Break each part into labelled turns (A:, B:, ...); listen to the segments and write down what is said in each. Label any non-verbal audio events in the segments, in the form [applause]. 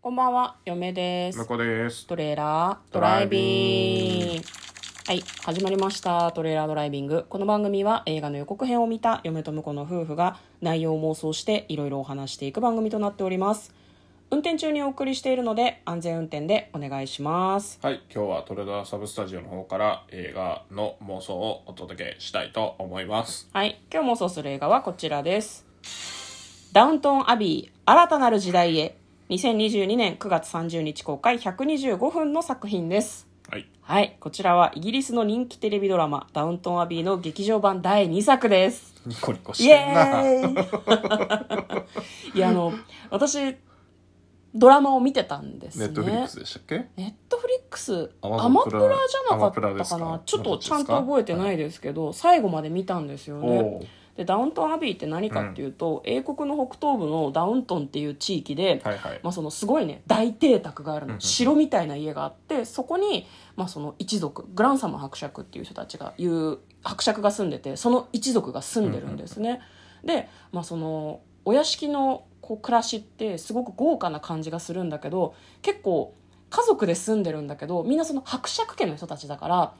A: こんばんは、嫁です
B: 向。こうです。
A: トレーラードライビング。はい、始まりました。トレーラードライビング。この番組は映画の予告編を見た嫁と婿の夫婦が内容を妄想していろいろお話していく番組となっております。運転中にお送りしているので安全運転でお願いします。
B: はい、今日はトレーダーサブスタジオの方から映画の妄想をお届けしたいと思います。
A: はい、今日妄想する映画はこちらです。ダウントーンアビー、新たなる時代へ。2022年9月30日公開125分の作品です。
B: はい、
A: はい、こちらはイギリスの人気テレビドラマ「ダウントン・アビー」の劇場版第2作です。
B: ニコニコし
A: イ
B: て
A: エ
B: んな。
A: ーイ [laughs] いやあの私ドラマを見てたんです
B: ネ
A: ね。
B: ットフリックスでしたっけ？
A: ネットフリックス、アマ
B: Amazon
A: プ
B: プ
A: ラ
B: ラ
A: じゃなかっ
B: Amazon プラで
A: た
B: す
A: かな
B: か
A: ちょっとちゃんと覚えてないですけど、最後まで見たんですよね
B: お。ー
A: で、ダウントンアビーって何かっていうと、英国の北東部のダウントンっていう地域で、
B: はいはい。
A: まあ、そのすごいね大邸宅があるの城みたいな家があってそこに、まあ、その一族グランサム伯爵っていう人たちがいう伯爵が住んでてその一族が住んでるんですね。で、まあ、そのお屋敷のこう暮らしってすごく豪華な感じがするんだけど結構家族で住んでるんだけどみんなその伯爵家の人たちだから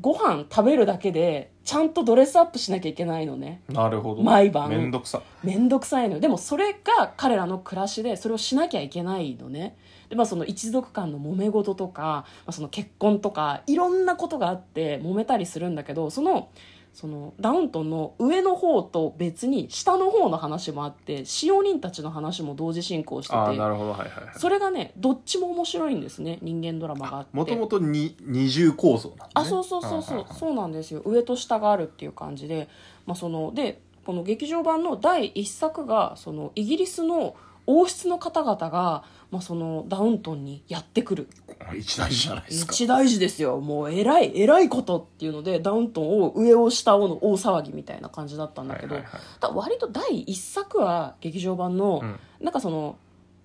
A: ご飯食べるだけでちゃんとドレスアップしなきゃいけないのね。
B: なるほど。
A: 毎晩
B: めんどくさ。
A: めんどくさいのよでもそれが彼らの暮らしでそれをしなきゃいけないのねで、まあ、その一族間の揉め事とか、まあ、その結婚とかいろんなことがあって揉めたりするんだけどそのそのダウントンの上の方と別に下の方の話もあって使用人たちの話も同時進行して
B: ああ、な
A: て
B: るほど。はいはいはい。
A: それがねどっちも面白いんですね人間ドラマがあって
B: もともとに二重構造なんだね。
A: あそうそうそうそう、
B: はいはいはい
A: そうなんですよ上と下があるっていう感じで,、まあ、そのでこの劇場版の第一作がそのイギリスの王室の方々が、まあ、そのダウントンにやってくる
B: あ一大事じゃないですか。
A: 一大事ですよもう偉い偉いことっていうのでダウントンを上を下をの大騒ぎみたいな感じだったんだけど、
B: はいはいはい
A: ただ割と第一作は劇場版の、
B: うん
A: なんかその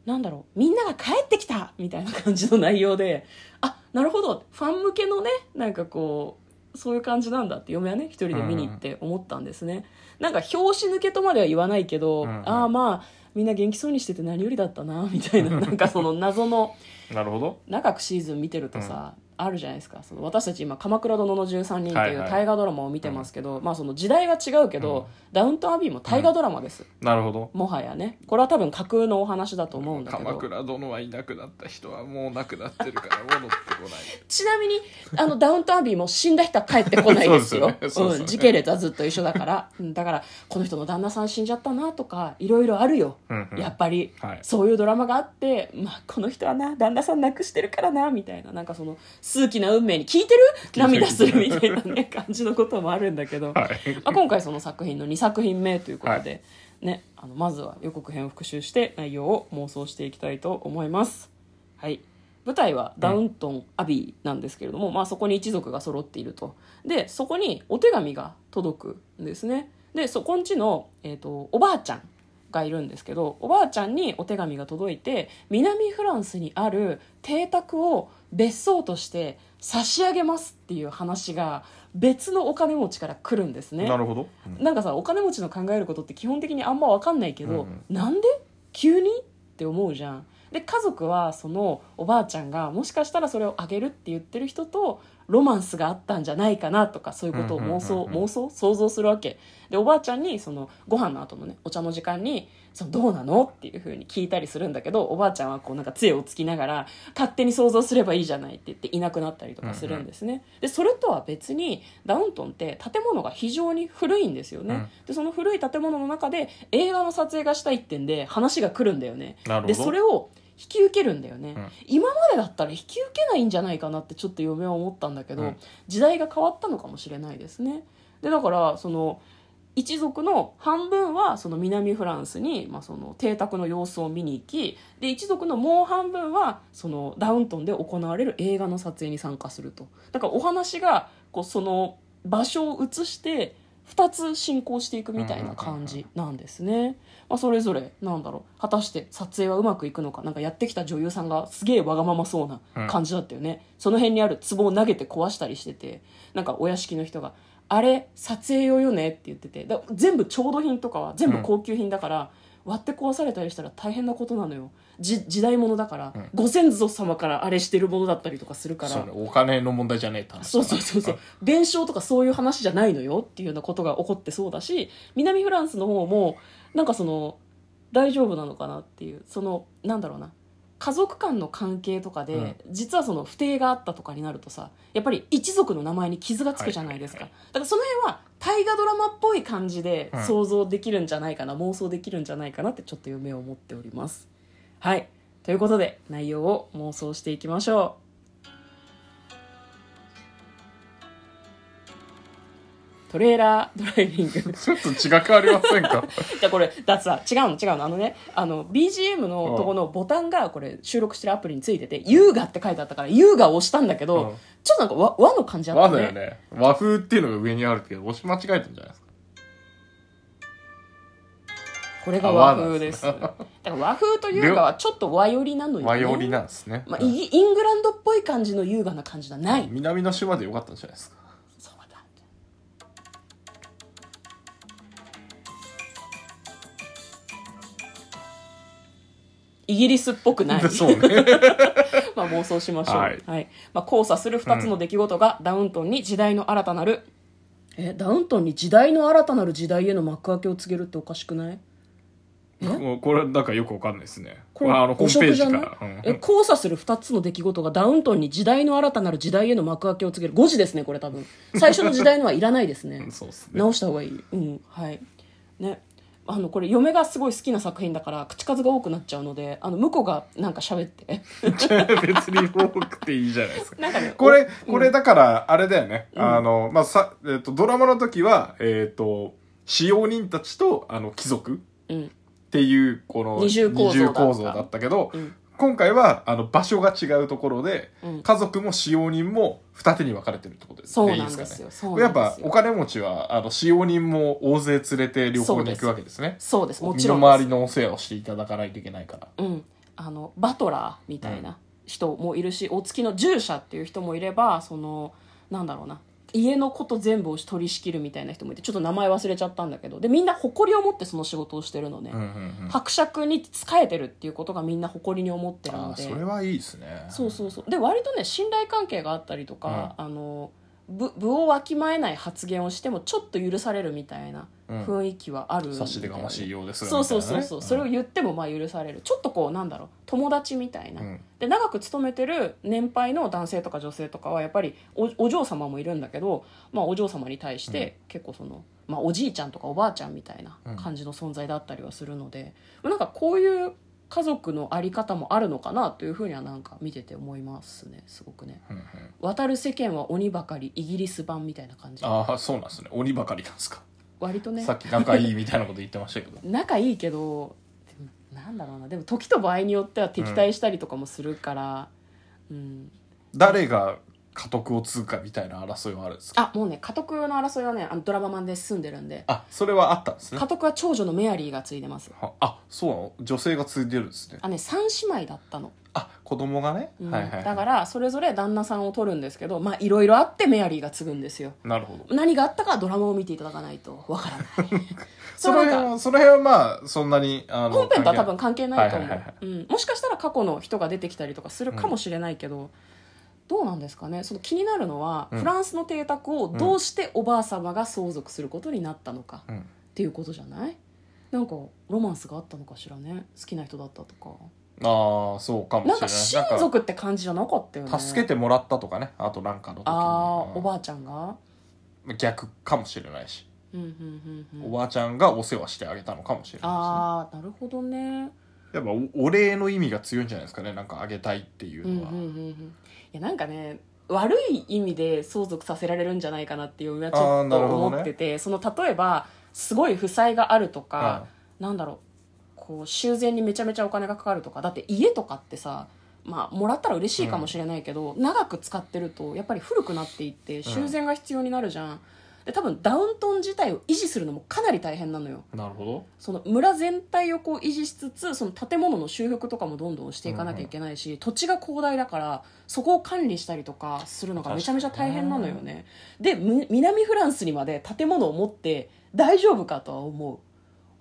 A: なんだろうみんなが帰ってきたみたいな感じの内容であなるほどファン向けのねなんかこうそういう感じなんだって嫁はね一人で見に行って思ったんですね、なんか表紙抜けとまでは言わないけど、
B: うんうん
A: ああまあみんな元気そうにしてて何よりだったな [laughs] みたい
B: [laughs]
A: ななんかその謎の
B: なるほど。
A: 長くシーズン見てるとさ、あるじゃないですかその私たち今「鎌倉殿の13人」って
B: はいいうはい
A: 大河ドラマを見てますけど、まあその時代は違うけど、ダウンタウンアビーも大河ドラマです、
B: なるほど。
A: もはやねこれは多分架空のお話だと思うんだけ
B: 鎌
A: ど
B: 倉殿はいなくなった人はもうなくなってるから戻ってこない。
A: ちなみにあのダウンタウンアビーも死んだ人は帰ってこないですよ
B: [laughs] そうですよねそうですよね
A: ん、時系列はずっと一緒だから、うん、だからこの人の旦那さん死んじゃったなとかいろいろあるよ、
B: うんうん
A: やっぱり、
B: はい
A: そういうドラマがあって、まあ、この人はな旦那さん亡くしてるからなみたいななんかその数奇な運命に聞いてる
B: てる
A: 涙するみたいな、ね、感じのこともあるんだけど、
B: はい。
A: まあ、今回その作品の2作品目ということで、ね、あのまずは予告編を復習して内容を妄想していきたいと思います、はい、舞台はダウントン・アビーなんですけれども、まあ、そこに一族が揃っているとでそこにお手紙が届くんですねでそこんちの、えー、とおばあちゃんがいるんですけどおばあちゃんにお手紙が届いて南フランスにある邸宅を別荘として差し上げますっていう話が別のお金持ちから来るんですね
B: なるほど。うん
A: なんかさお金持ちの考えることって基本的にあんま分かんないけど、
B: うん
A: なんで急にって思うじゃん。で家族はそのおばあちゃんがもしかしたらそれをあげるって言ってる人とロマンスがあったんじゃないかなとかそういうことを妄想、
B: うんうんうんうん
A: 妄想想像するわけでおばあちゃんにそのご飯の後のねお茶の時間にそのどうなのっていうふうに聞いたりするんだけどおばあちゃんはこうなんか杖をつきながら勝手に想像すればいいじゃないって言っていなくなったりとかするんですね、でそれとは別にダウントンって建物が非常に古いんですよね、
B: うん
A: でその古い建物の中で映画の撮影がしたいってんで話が来るんだよね
B: なるほ
A: で
B: ど。
A: それを引き受けるんだよね、
B: うん
A: 今までだったら引き受けないんじゃないかなってちょっと嫁は思ったんだけど、
B: うん
A: 時代が変わったのかもしれないですねでだからその一族の半分はその南フランスに、まあ、その邸宅の様子を見に行きで一族のもう半分はそのダウントンで行われる映画の撮影に参加するとだからお話がこうその場所を移して2つ進行していくみたいな感じなんですね、まあ、それぞれなんだろう果たして撮影はうまくいくのかなんかやってきた女優さんがすげえわがままそうな感じだったよね、その辺にある壺を投げて壊したりしててなんかお屋敷の人が「あれ撮影用よね」って言っててだ全部調度品とかは全部高級品だから、割って壊されたりしたら大変なことなのよじ時代物だから、
B: うん
A: ご先祖様からあれしてるものだったりとかするから
B: そうねお金の問題じゃねえって話
A: そうそうそうそう弁償とかそういう話じゃないのよっていうようなことが起こってそうだし南フランスの方もなんかその大丈夫なのかなっていうそのなんだろうな家族間の関係とかで、
B: うん
A: 実はその不定があったとかになるとさやっぱり一族の名前に傷がつくじゃないですか、
B: はい
A: だからその辺は大河ドラマっぽい感じで
B: うん
A: 想像できるんじゃないかな、妄想できるんじゃないかなってちょっと夢を持っておりますはいということで内容を妄想していきましょうトレーラードライビング [laughs]
B: ちょっと違くありませんか
A: じゃあこれだってさ違うの違うのあのねあの BGM のとこのボタンがこれ収録してるアプリについてて「優雅」って書いてあったから「優雅」を押したんだけど、
B: うん
A: ちょっとなんか和和の感じあ
B: 和
A: ったね
B: だよね和風っていうのが上にあるけど押し間違えたんじゃないですか
A: これが和風ですだから和風と優雅はちょっと和寄りなのよ、ね、
B: 和寄りなんですね、
A: まあ、イギイングランドっぽい感じの優雅な感じじゃない、
B: 南の島でよかったんじゃないですか
A: そうだイギリスっぽくない
B: そうね
A: [laughs] まあ妄想しましょう。は
B: はいい。
A: まあ交差する二つの出来事がダウントンに時代の新たなる、え、ダウントンに時代の新たなる時代への幕開けを告げるっておかしくない
B: もうこれなんかよくわかんないですね
A: これ
B: あのホ
A: 誤
B: ーム
A: 植
B: ペー
A: じ
B: ジ
A: ゃ
B: か
A: ない
B: ら、うん。
A: え、交差する二つの出来事がダウントンに時代の新たなる時代への幕開けを告げる。5時ですね、これ多分。最初の時代のはいらないですね
B: そうですね
A: 直した方がいい。うん、はい。ね。あの、これ、嫁がすごい好きな作品だから、口数が多くなっちゃうので、あの、向こうがなんか喋って。
B: [laughs] 別に多くていいじゃないですか
A: なんかね、
B: これ、これだから、あれだよね。あの、まあ、さ、えっ、と、ドラマの時は、えっ、と、使用人たちと、あの、貴族っ
A: うん。
B: ていう、この、
A: 二重構造だった
B: 構造だったけど、
A: うん
B: 今回は、あの、場所が違うところで、
A: うん
B: 家族も使用人も二手に分かれてるってことです
A: そう
B: いい
A: なん
B: か
A: ですよ
B: ね
A: そうな
B: や
A: ん
B: っ
A: ですよ
B: ぱ、お金持ちは、あの、使用人も大勢連れて旅行に行くわけですね。
A: そうです、もちろん
B: 身
A: です。
B: の回りのお世話をしていただかないといけないから。
A: うん、あのバトラーみたいな人もいるし、お付きの従者っていう人もいればそのなんだろうな家のこと全部を取り仕切るみたいな人もいてちょっと名前忘れちゃったんだけどでみんな誇りを持ってその仕事をしてるのね、
B: うんうんうん。
A: 伯爵に仕えてるっていうことがみんな誇りに思ってる
B: あ
A: の
B: あ、
A: で
B: それはいいですね。
A: そうそうそうで割とね信頼関係があったりとか、あの部部をわきまえない発言をしてもちょっと許されるみたいな雰囲気はあるんだよね、
B: 差し出がましいようですが
A: そうそう
B: みたい
A: そ
B: な
A: う
B: ね
A: そう、それを言ってもまあ許されるちょっとこうなんだろう友達みたいな、
B: うん
A: で長く勤めてる年配の男性とか女性とかはやっぱりおお嬢様もいるんだけど、まあ、お嬢様に対して結構その、まあ、おじいちゃんとかおばあちゃんみたいな感じの存在だったりはするので、まあなんかこういう家族のあり方もあるのかなというふうにはなんか見てて思いますねすごくね
B: うんうん
A: 「渡る世間は鬼ばかりイギリス版」みたいな感じ
B: ああそうなんですね鬼ばかりなんですか、
A: 割とね
B: さっき仲いいみたいなこと言ってましたけど
A: 仲いいけどでもなんだろうなでも時と場合によっては敵対したりとかもするから、うん
B: 誰が家督を継ぐかみたいな争いはあるんですか
A: あもうね家督の争いはねあのドラマ版で済んでるんで
B: あそれはあったんですね
A: 家督は長女のメアリーがついてます
B: はあそうなの女性が継いでるんですね
A: あね3姉妹だったの、
B: あ子供がね、
A: うん
B: はいはいはい
A: だからそれぞれ旦那さんを取るんですけどまあいろいろあってメアリーが継ぐんですよ
B: なるほど
A: 何があったかはドラマを見ていただかないとわからない
B: [laughs] その
A: れはなんか
B: 辺はその辺はまあそんなにあの
A: 本編とは多分関係ないと思
B: はいはいは
A: ううんもしかしたら過去の人が出てきたりとかするかもしれないけど、どうなんですかねその気になるのは、
B: うん
A: フランスの邸宅をどうしておばあ様が相続することになったのかっ
B: うん
A: ていうことじゃないなんかロマンスがあったのかしらね好きな人だったとか
B: ああそうかもしれ
A: な
B: な
A: か
B: んい
A: 親
B: なん
A: 族って感じじゃなかったよね
B: か助けてもらったとかねあとなんかの時に
A: ああおば
B: あ
A: あちゃんが
B: 逆かもしれないし、
A: うんうんうんう
B: お
A: ん
B: ばあちゃんがお世話してあげたのかもしれないしね、
A: ああなるほどね
B: やっぱおお礼の意味が強いんじゃないですかねなんかあげたいっていう
A: うん
B: の
A: うん
B: は、
A: うんうん、いやなんかね悪い意味で相続させられるんじゃないかなっていうのはち
B: あ
A: ょ
B: ー
A: っ
B: な
A: と
B: るほどね
A: 思ってて、その例えばすごい負債があるとか
B: は、
A: なんだろうこう修繕にめちゃめちゃお金がかかるとかだって家とかってさまあもらったら嬉しいかもしれないけど、長く使ってるとやっぱり古くなっていって修繕が必要になるじゃん、で多分ダウントン自体を維持するのもかなり大変なのよ
B: なるほど
A: その村全体をこう維持しつつその建物の修復とかもどんどんしていかなきゃいけないし、土地が広大だからそこを管理したりとかするのがめちゃめちゃ大変なのよねでむ南フランスにまで建物を持って大丈夫かとは思う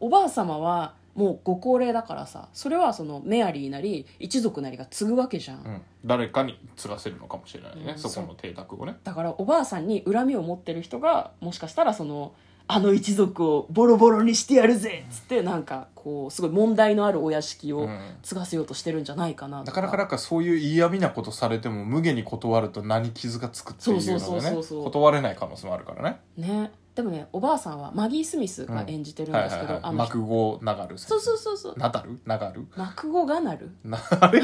A: おばあ様はもうご高齢だからさそれはそのメアリーなり一族なりが継ぐわけじゃん、
B: うん、誰かに継がせるのかもしれないね、
A: うん
B: そこの邸宅をね
A: だからおばあさんに恨みを持ってる人がもしかしたらそのあの一族をボロボロにしてやるぜっつってなんかこうすごい問題のあるお屋敷
B: う
A: を
B: ん
A: 継がせようとしてるんじゃないかな
B: な
A: と
B: かなかなんかそういう嫌味なことされても無限に断ると何傷がつくっていう
A: そうそ
B: の
A: う
B: で
A: そうそ
B: ね
A: うそう
B: 断れない可能性もあるからね
A: ねでもねおばあさんはマギー・スミスが演じてるん
B: はい
A: です
B: は
A: け
B: い
A: ど、
B: はい
A: あの
B: マクゴナガルさん
A: そうそうそうそう
B: ナダルナガル [laughs]
A: マクゴがなる
B: なあれ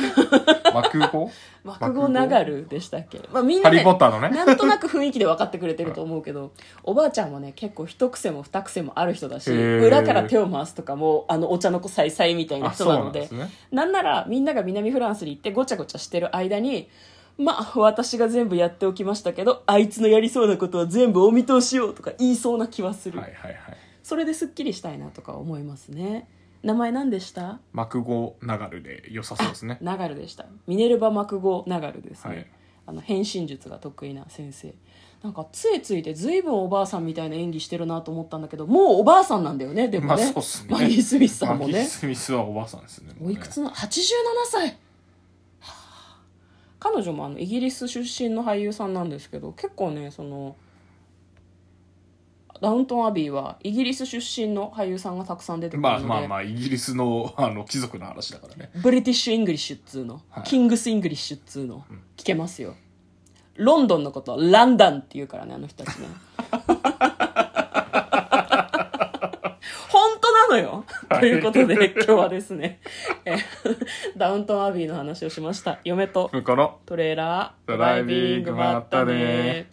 B: マクゴ
A: マクゴながるでしたっけ、まあ、みんな、
B: ハリ
A: ね
B: ー・ポッターのね
A: なんとなく雰囲気で分かってくれてると思うけど、おばあちゃんはね、結構一癖も二癖もある人だし、
B: へー
A: 裏から手を回すとかも、あの、お茶の子さいさいみたいな
B: あ
A: 人
B: そう
A: な
B: な
A: の
B: んで
A: で、
B: すね
A: なんならみんなが南フランスに行ってごちゃごちゃしてる間に、まあ、私が全部やっておきましたけど、あいつのやりそうなことは全部お見通しようとか言いそうな気はする。
B: はいはいはい
A: それですっきりしたいなとか思いますね。名前何でした
B: マクゴナガルで良さそうですね
A: ナガルでした。ミネルバ・マクゴ・ナガルですね。
B: はい
A: あの変身術が得意な先生なんか杖ついて随分おばあさんみたいな演技してるなと思ったんだけどもうおばあさんなんだよねでもね,、
B: まあそうっすね
A: マギー・スミスさんも
B: マギー
A: ね
B: スミスはおばあさんですね
A: お
B: もうね
A: いくつの87歳はあ彼女もあのイギリス出身の俳優さんなんですけど結構ねそのダウントン・アビーはイギリス出身の俳優さんがたくさん出てくる
B: ま
A: の
B: あ
A: で、
B: まあまあイギリスのあの貴族の話だからね
A: ブリティッシュ・イングリッシュっつうの、
B: はい
A: キングス・イングリッシュっつうの、聞けますよロンドンのことをランダンって言うからねあの人たち
B: [laughs]
A: ね本当なのよということで、今日はですねえダウントン・アビーの話をしました嫁と
B: 向こうの
A: トレーラー
B: ドライビングまったね